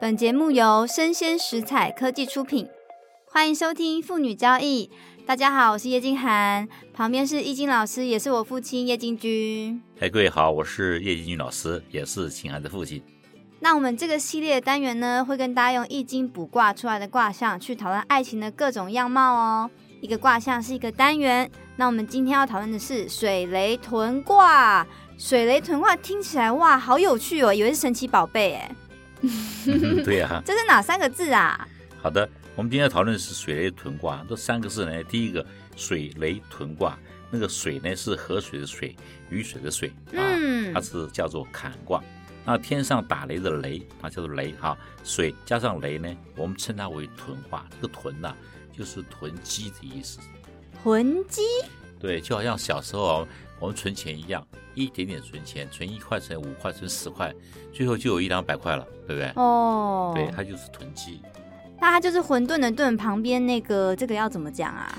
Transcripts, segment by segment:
本节目由生鲜食材科技出品，欢迎收听《妇女交易》。大家好，我是叶静涵，旁边是易经老师，也是我父亲叶静君。哎，各位好，我是叶金军老师，也是秦涵的父亲。 那我们这个系列的单元呢，会跟大家用易经卜卦出来的卦象去讨论爱情的各种样貌哦。一个卦象是一个单元，那我们今天要讨论的是水雷屯卦。水雷屯卦听起来哇，好有趣哦，以为是神奇宝贝哎，嗯对呀、这是哪三个字啊？好的，我们今天讨论的是水雷屯卦，这三个字呢，第一个水雷屯卦，那个水呢是河水的水，雨水的水啊，嗯它是叫做坎卦。那天上打雷的雷啊，叫做雷哈、水加上雷呢，我们称它为屯卦。这个屯呐、就是囤积的意思。魂鸡对，就好像小时候啊我们存钱一样，一点点存钱，存一块、存五块、存十块，最后就有一两百块了，对不对？哦，对，啊它就是囤积。那它就是混沌的沌旁边那个，这个要怎么讲啊？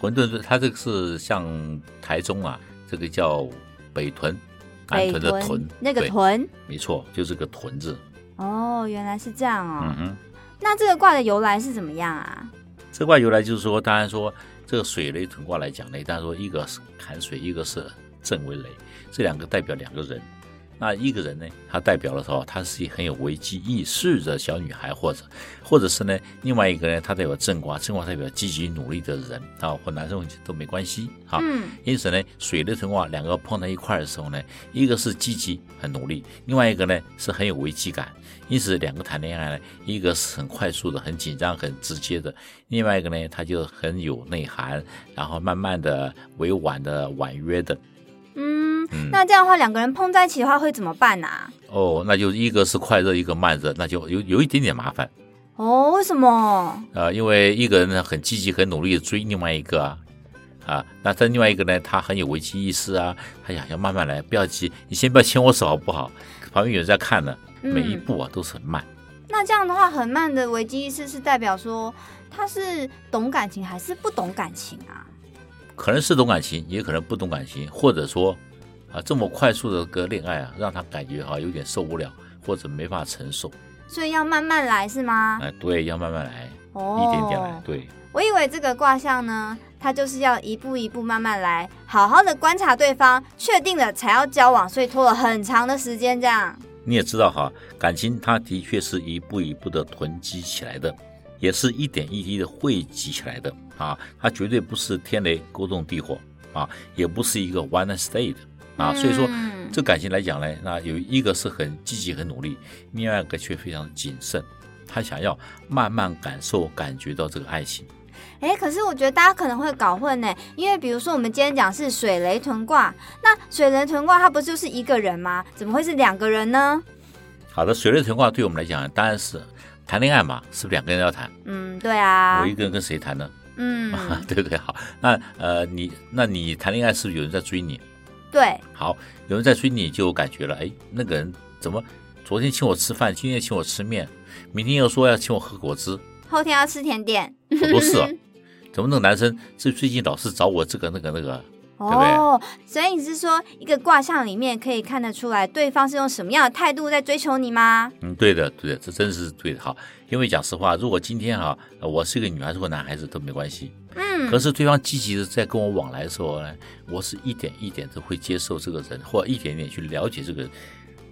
馄饨，它这个是像台中啊，这个叫北屯，南北屯的屯，那个对，屯。没错，就是个屯字。哦，原来是这样哦。嗯哼，那这个卦的由来是怎么样啊？这卦由来就是说，当然说这个水雷屯卦来讲呢，当然说一个是坎水，一个是震为雷，这两个代表两个人。那一个人呢，他代表了说，他是一个很有危机意识的小女孩，或者，或者是呢，另外一个呢，他代表正卦，正卦代表积极努力的人啊，或男生都没关系啊。嗯，因此呢，水的情况两个碰在一块儿的时候呢，一个是积极很努力，另外一个呢是很有危机感。因此，两个谈恋爱呢，一个是很快速的、很紧张、很直接的，另外一个呢，他就很有内涵，然后慢慢的、委婉的、婉约的。嗯，嗯，那这样的话，两个人碰在一起的话会怎么办啊？哦，那就一个是快热，一个慢热，那就有有一点点麻烦。哦，为什么？呃，因为一个人呢很积极、很努力的追另外一个啊，啊，那但另外一个呢，他很有危机意识啊，他想要慢慢来，不要急，你先不要牵我手好不好？旁边有人在看呢，每一嗯步啊都是很慢。那这样的话，很慢的危机意识是代表说他是懂感情还是不懂感情啊？可能是懂感情，也可能不懂感情，或者说啊，这么快速的个恋爱啊，让他感觉啊有点受不了，或者没办法承受。所以要慢慢来是吗？啊，对，要慢慢来，哦，呃一点点来，对。我以为这个卦象呢，它就是要一步一步慢慢来，好好的观察对方，确定了才要交往，所以拖了很长的时间这样。你也知道哈，感情它的确是一步一步的囤积起来的，也是一点一滴的汇集起来的啊，它绝对不是天雷勾动地火啊，也不是一个 one night stay 的啊，所以说。嗯这感情来讲呢，那有一个是很积极、很努力，另外一个却非常谨慎，他想要慢慢感受、感觉到这个爱情。哎、可是我觉得大家可能会搞混呢，因为比如说我们今天讲是水雷屯卦，那水雷屯卦它不就是一个人吗？怎么会是两个人呢？好的，水雷屯卦对我们来讲，当然是谈恋爱嘛，是不是两个人要谈？嗯，对啊我，一个人跟谁谈呢？，嗯 对不对？好，那呃，你那你谈恋爱是不是有人在追你？对，好，有人在追你，就有感觉了。哎，那个人怎么昨天请我吃饭，今天请我吃面，明天又说要请我喝果汁，后天要吃甜点好多事啊。怎么那个男生最最近老是找我这个那个那个？对不对哦，所以你是说一个卦象里面可以看得出来对方是用什么样的态度在追求你吗？嗯，对的，对的，这真是对的哈。因为讲实话，如果今天哈、呃我是一个女孩子或男孩子都没关系，嗯，可是对方积极的在跟我往来的时候呢，我是一点一点的会接受这个人，或一点点去了解这个人。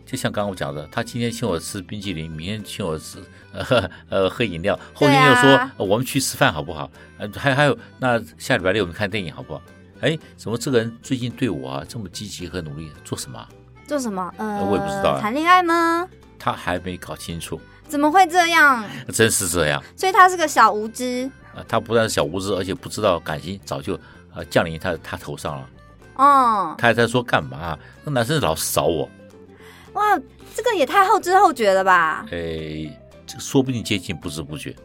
就像刚刚我讲的，他今天请我吃冰淇淋，明天请我吃 呃呃喝饮料，后天又说、对啊呃我们去吃饭好不好？呃，还还有那下礼拜六我们看电影好不好？哎，怎么这个人最近对我啊这么积极和努力，做什么啊？做什么？呃，我也不知道啊谈恋爱吗？他还没搞清楚，怎么会这样？真是这样。所以他是个小无知啊，他不但是小无知，而且不知道感情早就呃降临他他头上了。哦。他还在说干嘛？啊那男生老是找我，哇，这个也太后知后觉了 吧？哎，这说不定接近不知不觉。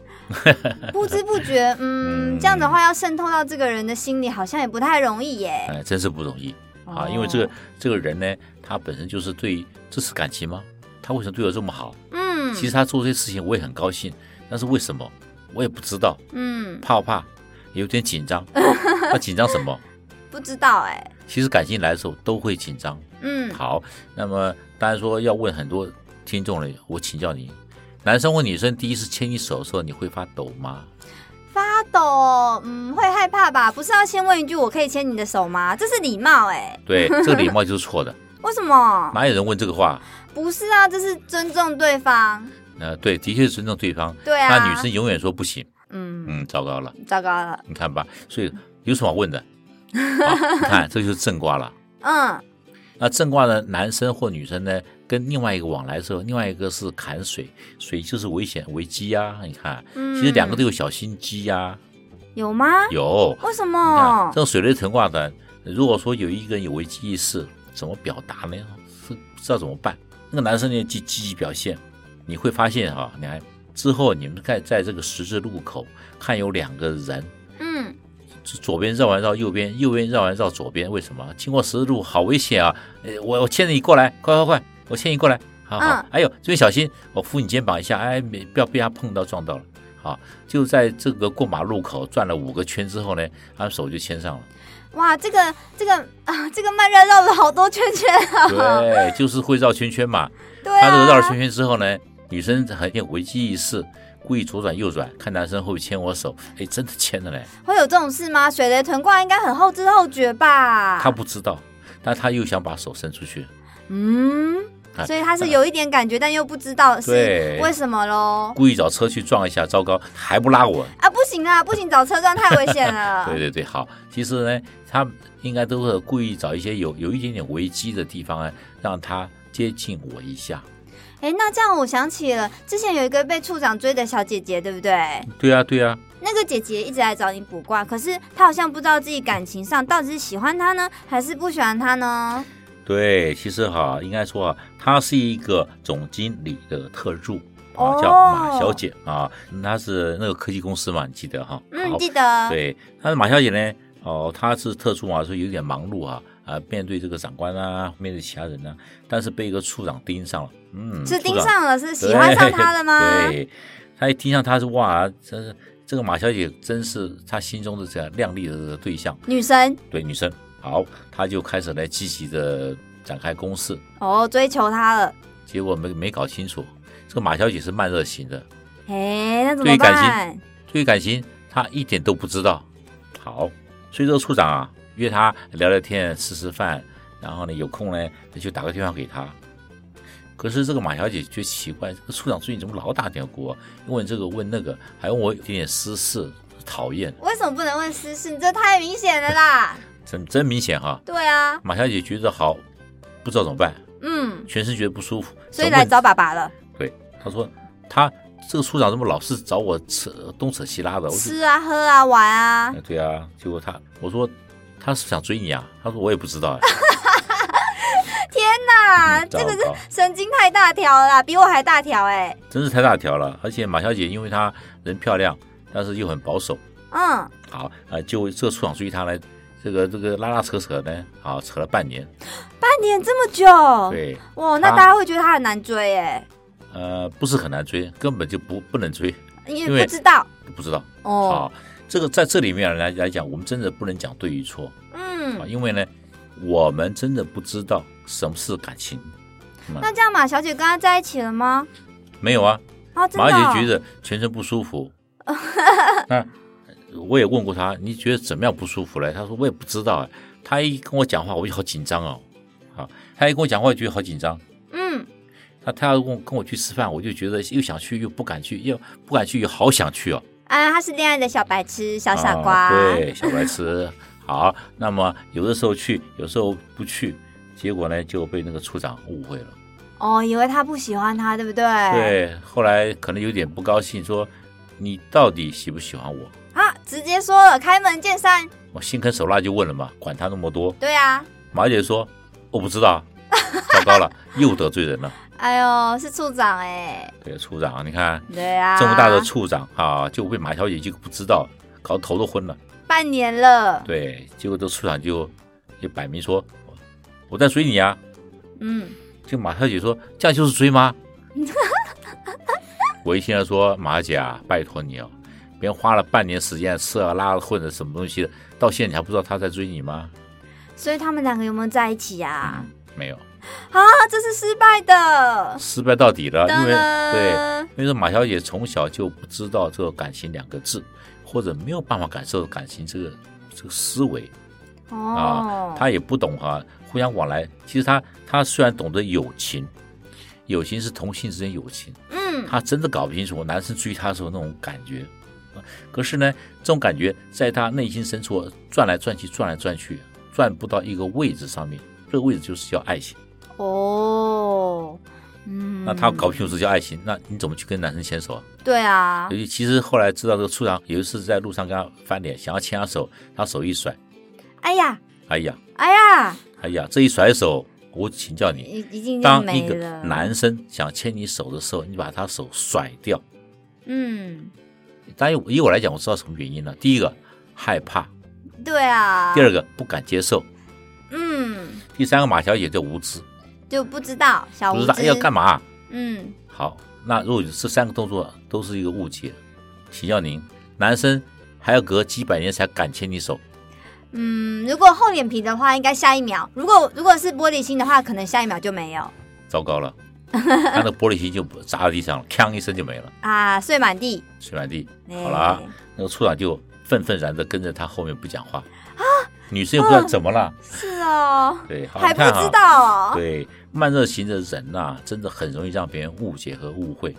不知不觉，嗯，嗯这样的话要渗透到这个人的心里，好像也不太容易耶。哎，真是不容易啊！因为这哦个，这个人呢，他本身就是对这是感情吗？他为什么对我这么好？嗯，其实他做这些事情我也很高兴，但是为什么我也不知道，嗯，怕不怕？有点 紧张。那紧张什么？不知道哎，其实感情来的时候都会紧张，嗯，好，那么当然说要问很多听众了，我请教你，男生或女生第一次牵你手的时候，你会发抖吗？发抖，嗯，会害怕吧？不是要先问一句“我可以牵你的手吗”？这是礼貌哎、对，这个礼貌就是错的，为什么？哪有人问这个话？不是啊，这是尊重对方。呃，对，的确是尊重对方。对啊，那女生永远说不行，嗯，嗯，糟糕了，糟糕了，你看吧，所以有什么好问的？好， 你看，这就是正卦了。嗯，那正卦的男生或女生呢，跟另外一个往来之后，另外一个是坎水，水就是危险危机呀、你看，嗯其实两个都有小心机呀、有吗？有。为什你看么这？种水雷屯卦的，如果说有一个人有危机意识，怎么表达呢？是不知道怎么办。那个男生呢，积积极表现，你会发现哈、你看之后你们在在这个十字路口看有两个人，嗯，左边绕完绕右边，右边绕完绕左边，为什么？经过十字路好危险啊！呃，我我牵着你过来，快快快，我牵你过来，好好。嗯哎呦，这边小心，我扶你肩膀一下，哎，没不要被他碰到撞到了。好，就在这个过马路口转了五个圈之后呢，他手就牵上了。哇，这个这个啊，这个慢热绕了好多圈圈啊！对，就是会绕圈圈嘛。对他这个啊，绕了圈圈之后呢，女生很有危机意识，故意左转右转，看男生会不会牵我手。哎，真的牵了嘞，会有这种事吗？水雷屯卦应该很后知后觉吧？他不知道，但他又想把手伸出去。嗯，哎所以他是有一点感觉，但又不知道是对为什么喽。故意找车去撞一下，糟糕，还不拉我。啊，不行啊，不行，找车撞太危险了。 对对对，好，其实呢，他们应该都是故意找一些有有一点点危机的地方呢，让他接近我一下。哎，那这样我想起了之前有一个被处长追的小姐姐，对不对？对啊，对啊，那个姐姐一直来找你卜卦，可是她好像不知道自己感情上到底是喜欢他呢，还是不喜欢他呢？对，其实哈，应该说啊，她是一个总经理的特助哦啊，叫马小姐啊，她是那个科技公司嘛，你记得哈？嗯，好记得。对，但是马小姐呢，哦，她是特助嘛，所以有点忙碌啊，啊，面对这个长官啊，面对其他人啊，但是被一个处长盯上了，嗯，是盯处长上了，是喜欢上他了吗？ 对，他一听上他是哇，真是这个马小姐真是他心中的这样靓丽的对象，女神对女生。好，他就开始来积极的展开攻势，哦，追求他了。结果没没搞清楚，这个马小姐是慢热型的，哎，那怎么对感办？对于感情她一点都不知道。好，所以这个处长啊，约她聊聊天、吃吃饭，然后呢有空呢就打个电话给她。可是这个马小姐觉得奇怪，这个处长最近怎么老打电话给我，问这个问那个，还问我有点私事，讨厌，为什么不能问私事？你这太明显了 啦！真真明显哈。对啊，马小姐觉得好，不知道怎么办，嗯，全身觉得不舒服，所以怎么来问找爸爸了。对，她说她这个处长怎么老是找我扯东扯西拉的，我就吃啊，喝啊，玩啊哎，，对啊，结果他我说他是不是想追你啊，他说我也不知 道、哎那嗯啊这个糟糕是神经太大条了啦，比我还大条哎、真是太大条了。而且马小姐因为她人漂亮，但是又很保守，嗯，好啊、呃就这个处长追她呢，这个这个拉拉扯扯呢，啊，扯了半年，半年这么久，对，哇，那他大家会觉得他很难追哎、呃，不是很难追，根本就不不能追，因因为为不知道不知道。哦，好，这个在这里面来来讲，我们真的不能讲对与错啊，嗯，因为呢，我们真的不知道什么是感情，那这样马小姐跟他在一起了吗？没有啊，啊，真的、马哦，小姐觉得全身不 舒服。那我也问过她，你觉得怎么样不舒服嘞？她说我也不知道哎。她一跟我讲话，我就好紧张哦。好，她一跟我讲话，我就觉得好紧张。嗯，那她要跟我跟我去吃饭，我就觉得又想去又不敢去，又不敢去又好想去哦。啊，他是恋爱的小白痴，小傻瓜，啊对，小白痴。好，那么有的时候去，有时候不去，结果呢就被那个处长误会了。哦，以为他不喜欢他，对不对？对，后来可能有点不高兴，说你到底喜不喜欢我？啊，直接说了，开门见山，我心狠手辣就问了嘛，管他那么多。对啊，马姐说我不知道， 糟糕了，又得罪人了。哎呦，是处长哎、对，处长，你看对啊，这么大的处长啊，就被马小姐就不知道，搞得头都昏了。半年了，对，结果这处长就就摆明说我我在追你啊。嗯，就马小姐说这样就是追吗？ 我一听她说马姐啊，拜托你哦，别人花了半年时间吃啊拉啊混的什么东西的，到现在你还不知道他在追你吗？所以他们两个有没有在一起啊？没有，啊，这是失败的。失败到底了，因为对。噔噔因为说马小姐从小就不知道这个感情两个字，或者没有办法感受感情这个这个思维哦啊，，她也不懂啊，互相往来。其实她她虽然懂得友情，友情是同性之间友情，嗯，她真的搞不清楚男生追她的时候那种感觉。啊可是呢，这种感觉在她内心深处转来转去，转来转去，转不到一个位置上面。这个位置就是叫爱情。哦，嗯，那她搞不清楚这叫爱情，那你怎么去跟男生牵手啊？对啊尤，其其实后来知道这个处长有一次在路上跟他翻脸，想要牵他手，他手一甩，哎呀，哎呀，哎呀，哎呀，这一甩手，我请教你，已已经当一没个了。男生想牵你手的时候，你把他手甩掉，嗯，当然以我来讲，我知道什么原因了。第一个害怕，对啊。第二，个不敢接受，嗯，第三个马小姐就无知，就不知道小不啊无知道哎知要干嘛。嗯，好，那如果这三个动作都是一个误解，请教您，男生还要隔几百年才敢牵你手，嗯，如果厚脸皮的话，应该下一秒；如果如果是玻璃心的话，可能下一秒就没有糟 糕了，他那个玻璃心就砸到地上了，锵一声就没了，啊，碎满地。碎满地。哎好啦，那个处长就愤愤然的跟着他后面不讲话。啊女生也不知道怎么了，是哦，对，好还你不看哈啊知道哦。对，慢热型的人呐、真的很容易让别人误解和误会，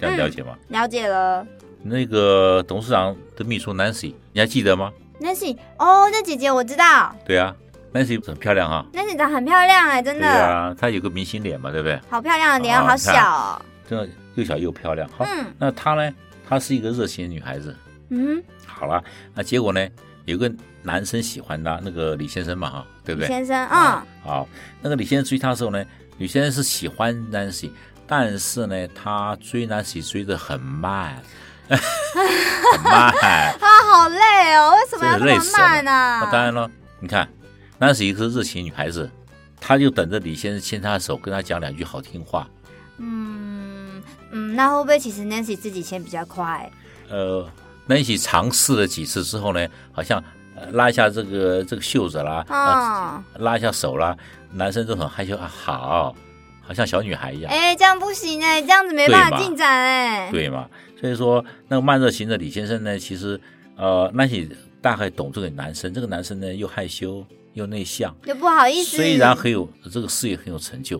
这样了解吗？了解了那个董事长的秘书 Nancy，你还记得吗？ ，Nancy，哦，那姐姐我知道对啊，Nancy 很漂亮啊， ，Nancy 长很漂亮哎、真对的，啊，她有个明星脸嘛，对不对？好漂亮的脸，哦好小哦。真的又小又漂亮。好，嗯那她呢？她是一个热情的女孩子，嗯，好了，那结果呢？有个男生喜欢她，那个李先生嘛，哈，对不李对？先生，啊嗯，好，那个李先生追她的时候呢，李先生是喜欢 Nancy，但是呢，他追 Nancy 追得很慢，很 慢。他啊好累哦，为什么要这真的累么死了慢呢、那当然了，你看，Nancy 是热情女孩子，她就等着李先生牵她的手，跟她讲两句好听话。嗯嗯，那会不会其实 Nancy 自己签比较快？呃，Nancy 尝试了几次之后呢，好像、呃拉一下这个这个袖子啦，啊啊、拉一下手啦，男生都很害羞啊，好，好像小女孩一样，哎、这样不行哎、这样子没办法对嘛进展哎、对嘛？所以说，那个慢热型的李先生呢，其实呃，那些大概懂这个男生，这个男生呢又害羞又内向，就不好意思。虽然很有这个事业很有成就，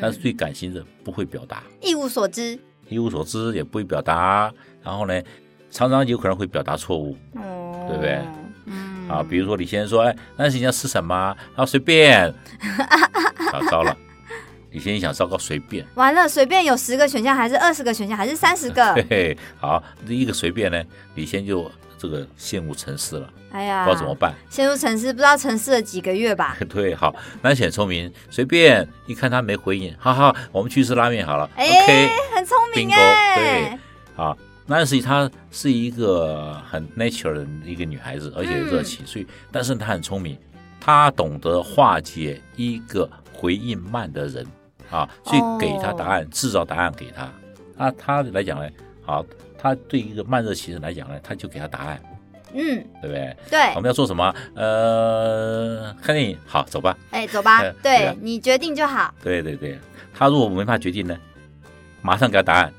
但是嗯，对感情的不会表达，一无所知。一无所知也不会表达，然后呢，常常有可能会表达错误。哦，对不对？嗯啊，比如说李先生说，哎，那你要吃什么啊？啊，随 便。啊，糟了，李先生想糟糕，随便。完了，随便有十个选项，还是二十个选项，还是三十 个 嘿？嘿，好，第一个随便呢，李先生就这个陷入沉思了，哎呀，不知道怎么办。陷入沉思，不知道沉思了几个月吧？ 对，好，男显聪明，随便一看他没回应，哈哈，我们去吃拉面好了。哎、 OK，很聪明 bingo，哎、对啊，那是她是一个很 natural 的一个女孩子，而且热情，所以但是她很聪明，她懂得化解一个回应慢的人啊，所以给她答案，制造答案给她。那她来讲呢，好，她对一个慢热型人来讲呢，她就给她答案，嗯，对不对？对，我们要做什么？呃，看电影，好，走吧。哎、走吧，呃对对啊你决定就好。对对对，她如果没办法决定呢，马上给她答案。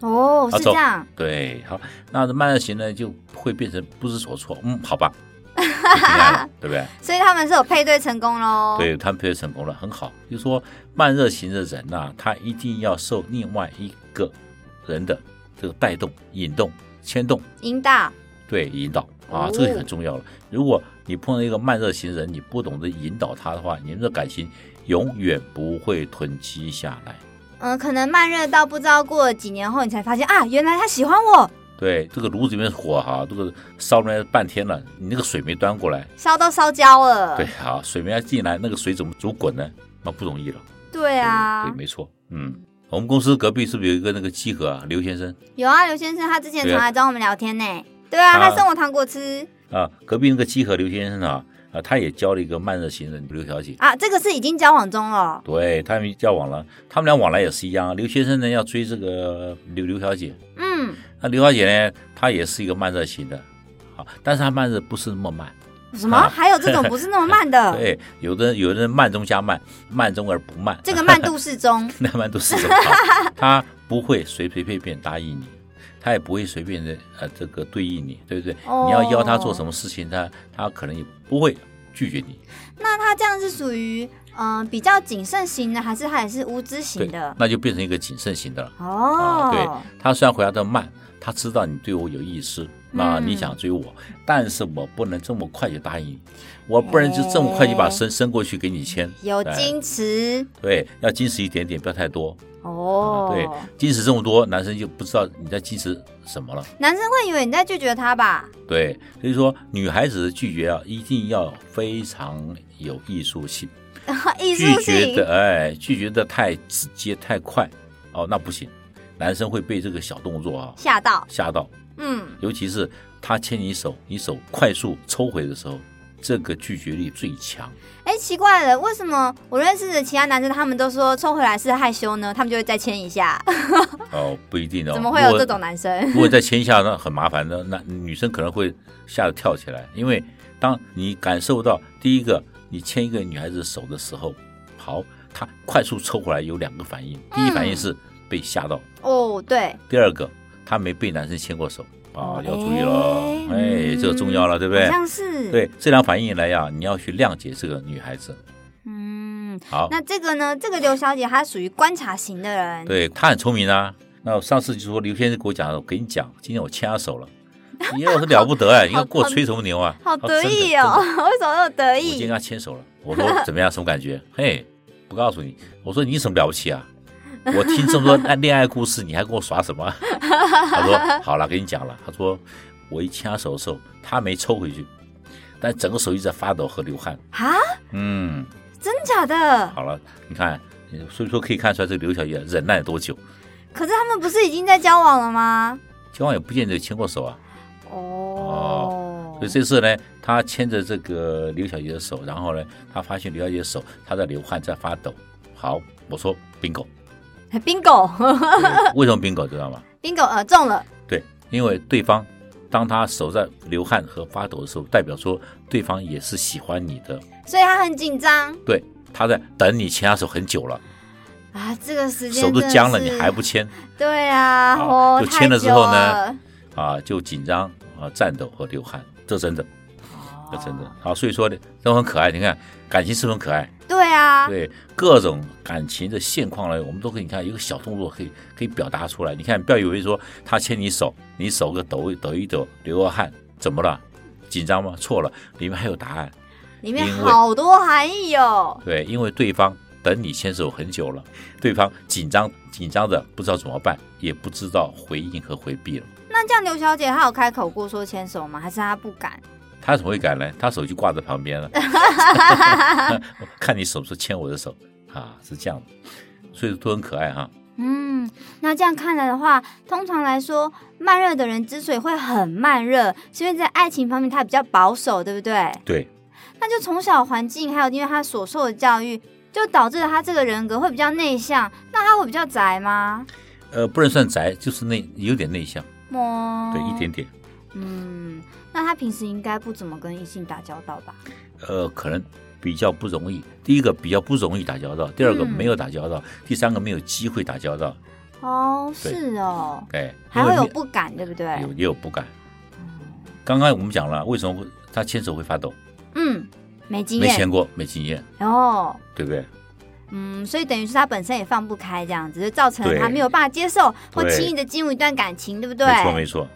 哦，啊是走这样，对，好，那慢热型呢就会变成不知所措。嗯，好吧， 就平安了对不对？所以他们是有配对成功喽。对他们配对成功了，很好。就是说，慢热型的人呐、他一定要受另外一个人的这个带动、引动、牵动，引导，对，引导啊哦，这个很重要了。如果你碰到一个慢热型人，你不懂得引导他的话，你们的感情永远不会囤积下来。嗯、可能慢热到不知道过了几年后，你才发现啊，原来他喜欢我，对，这个炉子里面的火哈、这个烧了半天了，你那个水没端过来，烧都烧焦了。对，好，水没要进来，那个水怎么煮滚呢？那不容易了。对啊对，，没错。嗯，我们公司隔壁是不是有一个那个稽核啊？刘先生有啊，刘先生他之前对啊常来找我们聊天呢。对啊，啊还送我糖果吃啊，隔壁那个稽核刘先生啊，啊，他也交了一个慢热型人刘小姐。啊，这个是已经交往中了。对他们交往了，他们俩往来也是一样啊。刘先生呢要追这个刘刘小姐，嗯，啊那刘小姐呢，她也是一个慢热型的，好，但是她慢热不是那么慢，什么？啊还有这种不是那么慢的？ 对，有的有的人慢中加慢，慢中而不慢，这个慢度适中 那慢都是很好，他不会随随便便答应你，他也不会随便的呃这个对应你，对不对？哦你要邀他做什么事情，他他可能也不会拒绝你，那他这样是属于嗯、呃比较谨慎型的，还是他也是无知型对的，？那就变成一个谨慎型的了。哦啊，，对他虽然回答的慢，他知道你对我有意嗯思，那你想追我，但是我不能这么快就答应你，我不能就这么快就把身伸过去给你牵，有哎矜持对，要矜持一点点，不要太多。哦、啊对，矜持这么多，男生就不知道你在矜持什么了。男生会以为你在拒绝他吧？ 对，所以说女孩子的拒绝啊，一定要非常有艺术性，艺术拒绝性的哎，拒绝的太直接太快，哦，那不行，男生会被这个小动作啊吓到，吓到，嗯，尤其是他牵你手，你手快速抽回的时候，这个拒绝力最 强。哎，奇怪了，为什么我认识的其他男生他们都说抽回来是害羞呢？他们就会再牵一下，哦，不一定哦， 怎么会有如果这种男生？ 如果再牵一下，那很麻烦的，那女生可能会吓得跳起来，因为当你感受到第一个，你牵一个女孩子手的时候，好，她快速抽回来有两个反应，嗯第一反应是被吓到，哦，对，第二个她没被男生牵过手啊哦，要注意了，哎哎，这个重要了，对不好对？像是，，对，这两反应来呀、你要去谅解这个女孩子。嗯，好，那这个呢？这个刘小姐她属于观察型的人，对她很聪明啊。那我上次就说刘先生给我讲，我跟你讲，今天我牵她手了，你要是了不 得哎，你要给我吹什么牛啊？好她得真的意真的哦， 为什么那么得我今啊天意跟？他牵手了，我说怎么样，什么感觉？嘿，不告诉你，我说你有什么了不起啊？我听这么多恋爱故事，你还跟我耍什么？啊他说好了，跟你讲了。他说我一牵他手的时候，他没抽回去，但整个手一直在发抖和流汗。啊，嗯，真假的？好了，你看，所以说可以看出来这个刘小姐忍耐了多久，可是他们不是已经在交往了吗？交往也不见得牵过手啊。哦，所以这次呢，他牵着这个刘小姐的手，然后呢，他发现刘小姐的手她在流汗，在发抖。好，我说 bingo， bingo 对为什么 bingo 知道吗？ bingo 呃中了，对，因为对方当他手在流汗和发抖的时候，代表说对方也是喜欢你的，所以她很紧张对，他在等你牵他手很久了，啊。这个时间手都真的僵了，是你还不牵对啊，好哦，就太签了之后呢久了，啊，就紧张啊、颤抖和流汗，这真的，这真的哦啊，所以说呢，都很可爱。你看，感情是不是很可爱？对啊，对各种感情的现况呢，我们都可以你看一个小动作可以可以表达出来。你看，不要以为说他牵你手，你手个抖抖一抖，流个汗，怎么了？紧张吗？错了，里面还有答案。里面因为好多含义哦。对，因为对方等你牵手很久了，对方紧张紧张的不知道怎么办，也不知道回应和回避了。那这样，刘小姐她有开口过说牵手吗？还是她不敢？他怎么会敢呢？他手机挂在旁边了， 看你手不是牵我的手啊，是这样的，所以都很可爱啊哈、嗯，那这样看来的话，通常来说，慢热的人之所以会很慢热，是因为在爱情方面他比较保守，对不对？对，那就从小环境，还有因为他所受的教育，就导致了他这个人格会比较内向。那他会比较宅吗？呃，不能算宅，就是内有点内向，哦，对，一点。点，嗯，那他平时应该不怎么跟异性打交道吧？呃，可能比较不容易。第一个比较不容易打交道，第二个嗯没有打交道，第三个没有机会打交道，哦，对是哦，哎，还因为会有面不敢，哦对不对有？也有不敢。刚刚我们讲了，为什么会他牵手会发抖？嗯，没经没验牵过，没经验，哦。对不对？嗯，所以等于是他本身也放不开，这样子就造成了对他没有办法接受或对轻易的进入一段感情，对不对？没错，没错。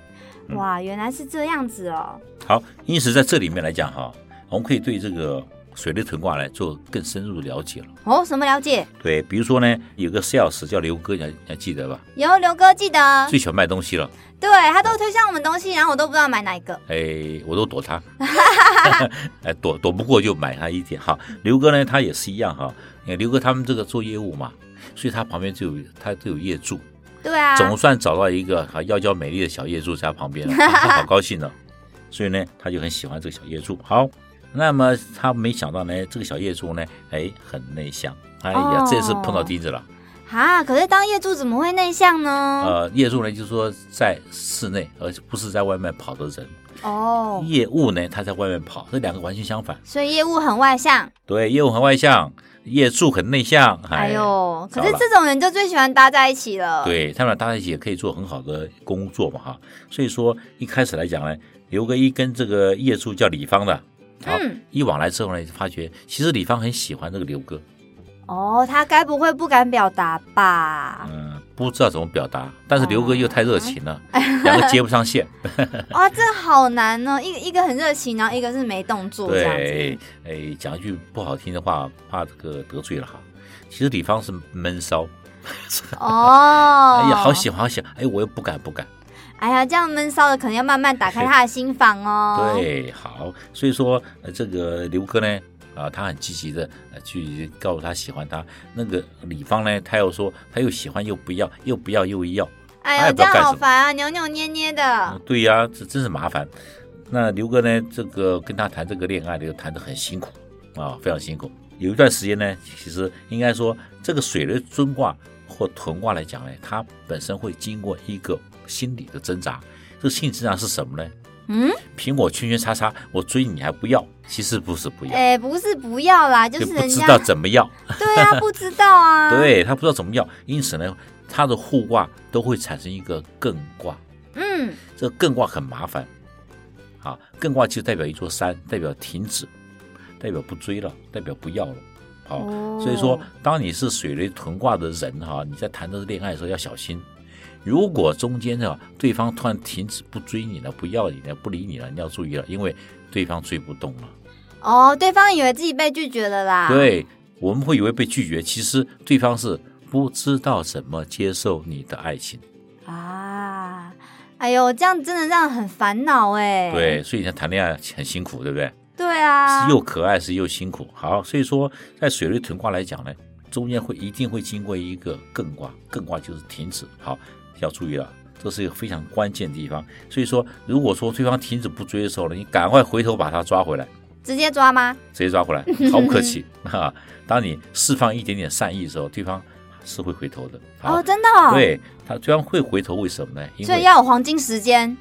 嗯哇，原来是这样子哦。好，因此在这里面来讲哈，我们可以对这个水类屯卦来做更深入的了解了。哦，什么了解？对，比如说呢，有个 sales 叫刘哥，你还你还记得吧？有刘哥记得，最喜欢卖东西了，对他都推销我们东西，然后我都不知道买哪一个。哎，我都躲他， 哎，躲躲不过就买他一点哈。刘哥呢，他也是一样哈。哎刘哥他们这个做业务嘛，所以他旁边就有他都有业主，对啊，总算找到一个啊要娇美丽的小业主在他 旁边了，他好高兴呢。所以呢，他就很喜欢这个小业主。好，那么他没想到呢，这个小业主呢，哎，很内向。哎呀哦，这次碰到钉子了，哈，可是当业主怎么会内向呢？呃，业务呢，就是说在室内，而不是在外面跑的人。哦，业务呢，他在外面跑，这两个完全相反。所以业务很外向。对，业务很外向，业主很内向。哎呦，可糟是了这种人就最喜欢搭在一起了。，哎对他们俩搭在一起也可以做很好的工作嘛哈。所以说一开始来讲呢，刘格一跟这个业主叫李芳的，好、嗯一往来之后呢，就发觉其实李芳很喜欢这个刘哥，哦，他该不会不敢表达吧？嗯，不知道怎么表达，但是刘哥又太热情了，哦两个接不 上线。 哇，这好难哦！一个一个很热情，然后一个是没动作这样对子。，哎，讲一句不好听的话，怕这个得罪了哈。其实李芳是闷骚，哦， 哎呀，好喜欢，好喜欢，哎，我又不敢，不敢。哎呀，这样闷骚的可能要慢慢打 开他的心房哦。，对，好，所以说、呃、这个刘哥呢，啊、他很积极的、呃、去告诉他喜欢他。那个李芳呢，他又说他又喜欢又不要，又不要又要。哎他呀，也不知这样道干什好么烦啊，扭扭捏捏的。对呀、这真是麻烦。那刘哥呢，这个跟他谈这个恋爱呢，又谈得很辛苦啊，非常辛苦。有一段时间呢，其实应该说这个水的尊卦或屯卦来讲呢，它本身会经过一个心理的挣扎。这个心理挣扎是什么呢？嗯，凭我圈圈叉叉，我追你还不要？其实不是不要，哎，不是不要啦，就就是不人知家道怎么要。 对啊，不知道啊。， 对他不知道怎么要，因此呢，他的互卦都会产生一个艮卦。嗯，这个艮卦很麻烦，啊，艮卦就代表一座山，代表停止，代表不追了，代表不要了，好、哦所以说，当你是水雷屯卦的人哈、你在谈的恋爱的时候要小心。如果中间呢，对方突然停止不追你了，不要你了，不理你了，你要注意了，因为对方追不动了。哦，对方以为自己被拒绝了啦。，对，我们会以为被拒绝，其实对方是不知道怎么接受你的爱情。啊，哎呦，这样真的让人很烦恼哎。，对，所以像谈恋爱很辛苦，对不对？对啊，是又可爱是又辛苦。好，所以说在水雷屯卦来讲呢，中间会一定会经过一个艮卦，艮卦就是停止。好，要注意了，这是一个非常关键的地方。所以说，如果说对方停止不追的时候呢，你赶快回头把他抓回来，直接抓吗？直接抓回来，毫不客气啊！当你释放一点点善意的时候，对方是会回头的。好哦，，真的、哦。，对他对方会回头，为什么呢？因所以为要有黄金时间。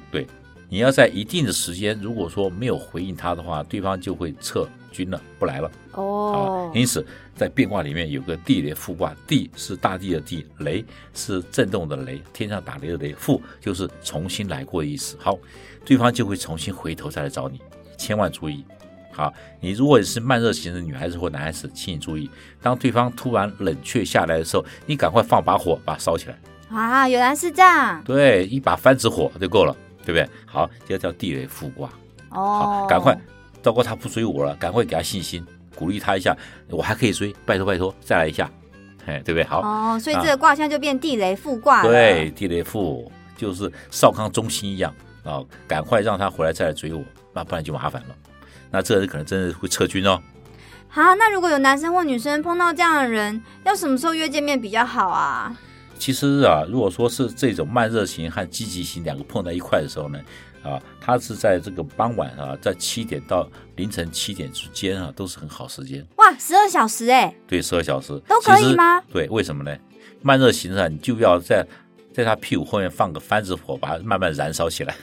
你要在一定的时间，如果说没有回应他的话，对方就会撤军了，不来了。哦啊，，因此在变卦里面有个地雷复卦，地是大地的地，雷是震动的雷，天上打雷的雷，复就是重新来过的意思。好，对方就会重新回头再来找你，千万注意。好，你如果是慢热型的女孩子或男孩子，请你注意，当对方突然冷却下来的时候，你赶快放把火把它烧起来，啊，原来是这样。对，一把番子火就够了，对不对？好，这叫地雷复卦。哦好，，赶快，糟糕，他不追我了，赶快给他信心，鼓励他一下，我还可以追，拜托拜托，再来一下，哎，对不对？好，哦，所以这个卦象就变地雷复卦了。啊对，，地雷复就是少康中心一样啊，赶快让他回来再来追我，那不然就麻烦了。那这人可能真的会撤军哦。好，那如果有男生或女生碰到这样的人，要什么时候约见面比较好啊？其实啊，如果说是这种慢热型和积极型两个碰在一块的时候呢，啊，它是在这个傍晚啊，在七点到凌晨七点之间啊，都是很好时间。哇，十二小时哎、对，十二小时都可以其实吗对，为什么呢？慢热型啊，你就要在在他屁股后面放个番子火，把它慢慢燃烧起 来。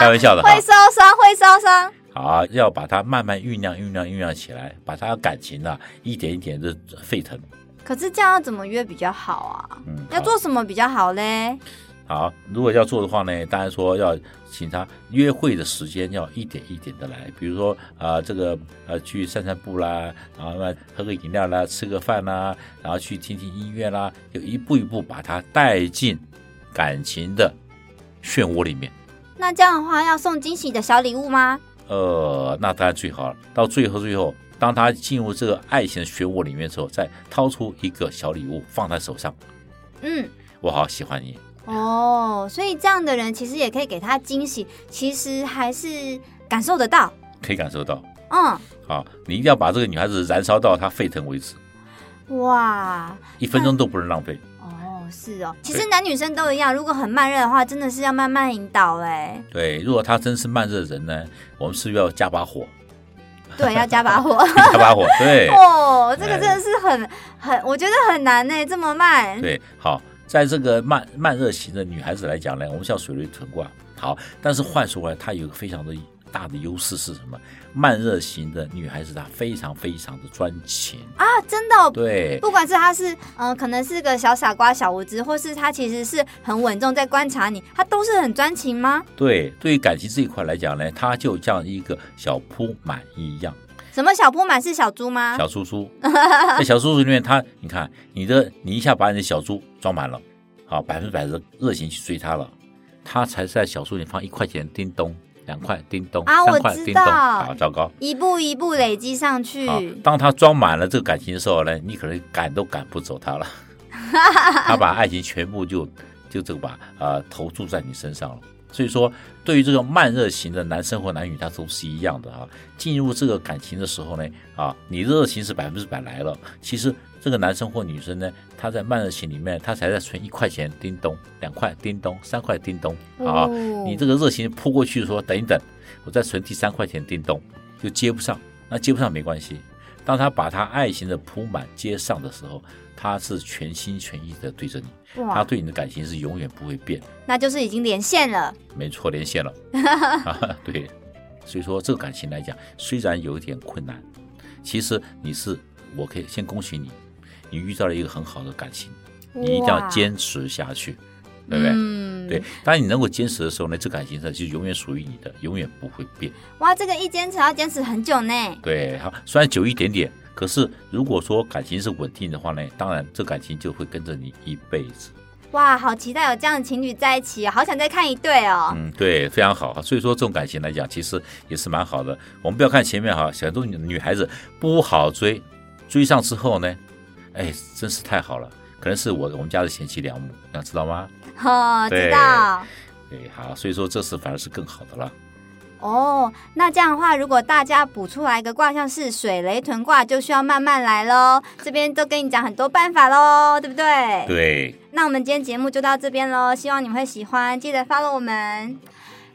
开玩笑的哈会，烧伤，会烧伤。啊，要把它慢慢酝酿、酝酿、酝酿起来，把他感情啊一点一点的沸腾。可是这样要怎么约比较好啊？嗯，要好做什么比较好嘞？好，如果要做的话呢，当然说要请他约会的时间要一点一点的来，比如说啊、这个呃去散散步啦，然后呢喝个饮料啦，吃个饭啦，然后去听听音乐啦，就一步一步把他带进感情的漩涡里面。那这样的话，要送惊喜的小礼物吗？呃，那当然最好了。到最后最后，当他进入这个爱情的漩涡里面的时候，再掏出一个小礼物放在手上，嗯，我好喜欢你。哦，所以这样的人其实也可以给他惊喜，其实还是感受得到。可以感受到嗯，啊，你一定要把这个女孩子燃烧到她沸腾为止。哇，一分钟都不能浪费。哦，是哦，其实男女生都一样，如果很慢热的话，真的是要慢慢引导哎、 对，如果他真是慢热人呢，我们是不是要加把火？ 对，要加把火。加 把火，对哦，这个真的是很很，我觉得很难呢，这么慢。对，好，在这个慢慢热型的女孩子来讲呢，我们叫水雷臀挂好，但是换说回来，它有个非常的大的优势是什么？慢热型的女孩子她非常非常的专情，啊，真的哦、对，不管是他是嗯、呃可能是个小傻瓜、小无知，或是他其实是很稳重在观察你，他都是很专情吗？对，对于感情这一块来讲呢，它就像一个小铺满一样，什么小铺满是小猪吗？小猪 猪，在小猪猪里面，它你看你的，你一下把你的小猪装满了，好，百分之百的热情去追它了，它才在小猪里放一块钱，叮咚，两块，叮咚，啊三我块，知叮咚，道好，糟糕。一步一步累积上去，好，当它装满了这个感情的时候呢，你可能赶都赶不走它了，它把爱情全部就就这个把啊、呃投注在你身上了。所以说，对于这种慢热型的男生或男女，他都是一样的啊。进入这个感情的时候呢，啊，你的热情是百分之百来了，其实这个男生或女生呢，他在慢热型里面，他才在存一块钱，叮咚，两块，叮咚，三块，叮咚，啊，哦你这个热情扑过去说等一等，我再存第三块钱，叮咚，就接不上。那接不上没关系，当他把他爱情的铺满接上的时候，他是全心全意的对着你，他哇，对你的感情是永远不会变。那就是已经连线了。没错，连线了。 啊对，所以说这个感情来讲，虽然有一点困难，其实你是，我可以先恭喜你，你遇到了一个很好的感情，你一定要哇，坚持下去，对不对？嗯，对，当你能够坚持的时候呢，这感情呢就永远属于你的，永远不会变。哇，这个一坚持要坚持很久呢。对，好，虽然久一点点，可是如果说感情是稳定的话呢，当然这感情就会跟着你一辈子。哇，好期待有这样的情侣在一起哦，好想再看一对哦。嗯，对，非常好。所以说，这种感情来讲，其实也是蛮好的。我们不要看前面哈，很多女女孩子不好追，追上之后呢，哎，真是太好了。可能是我我们家的贤妻良母，你知道吗？ 哦，知对道。对，好，所以说这是反而是更好的了。哦，那这样的话，如果大家补出来一个卦象是水雷屯卦，就需要慢慢来喽。这边都跟你讲很多办法喽，对不对？对，那我们今天节目就到这边喽，希望你们会喜欢，记得 follow 我们。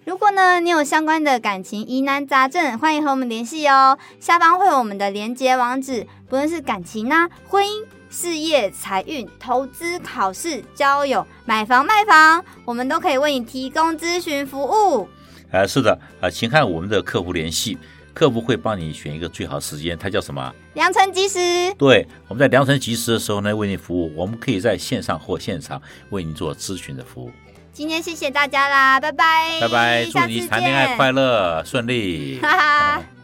如果呢，你有相关的感情疑难杂症，欢迎和我们联系哦。下方会有我们的连接网址，不论是感情啊、婚姻、事业、财运、投资、考试、交友、买房、卖房，我们都可以为你提供咨询服务。呃，是的，呃，请看我们的客服联系，客服会帮你选一个最好的时间，它叫什么啊？良辰吉时。对，我们在良辰吉时的时候呢，为你服务。我们可以在线上或现场为您做咨询的服务。今天谢谢大家啦，拜拜，拜拜，祝下次你见谈恋爱快乐顺利。 哈哈。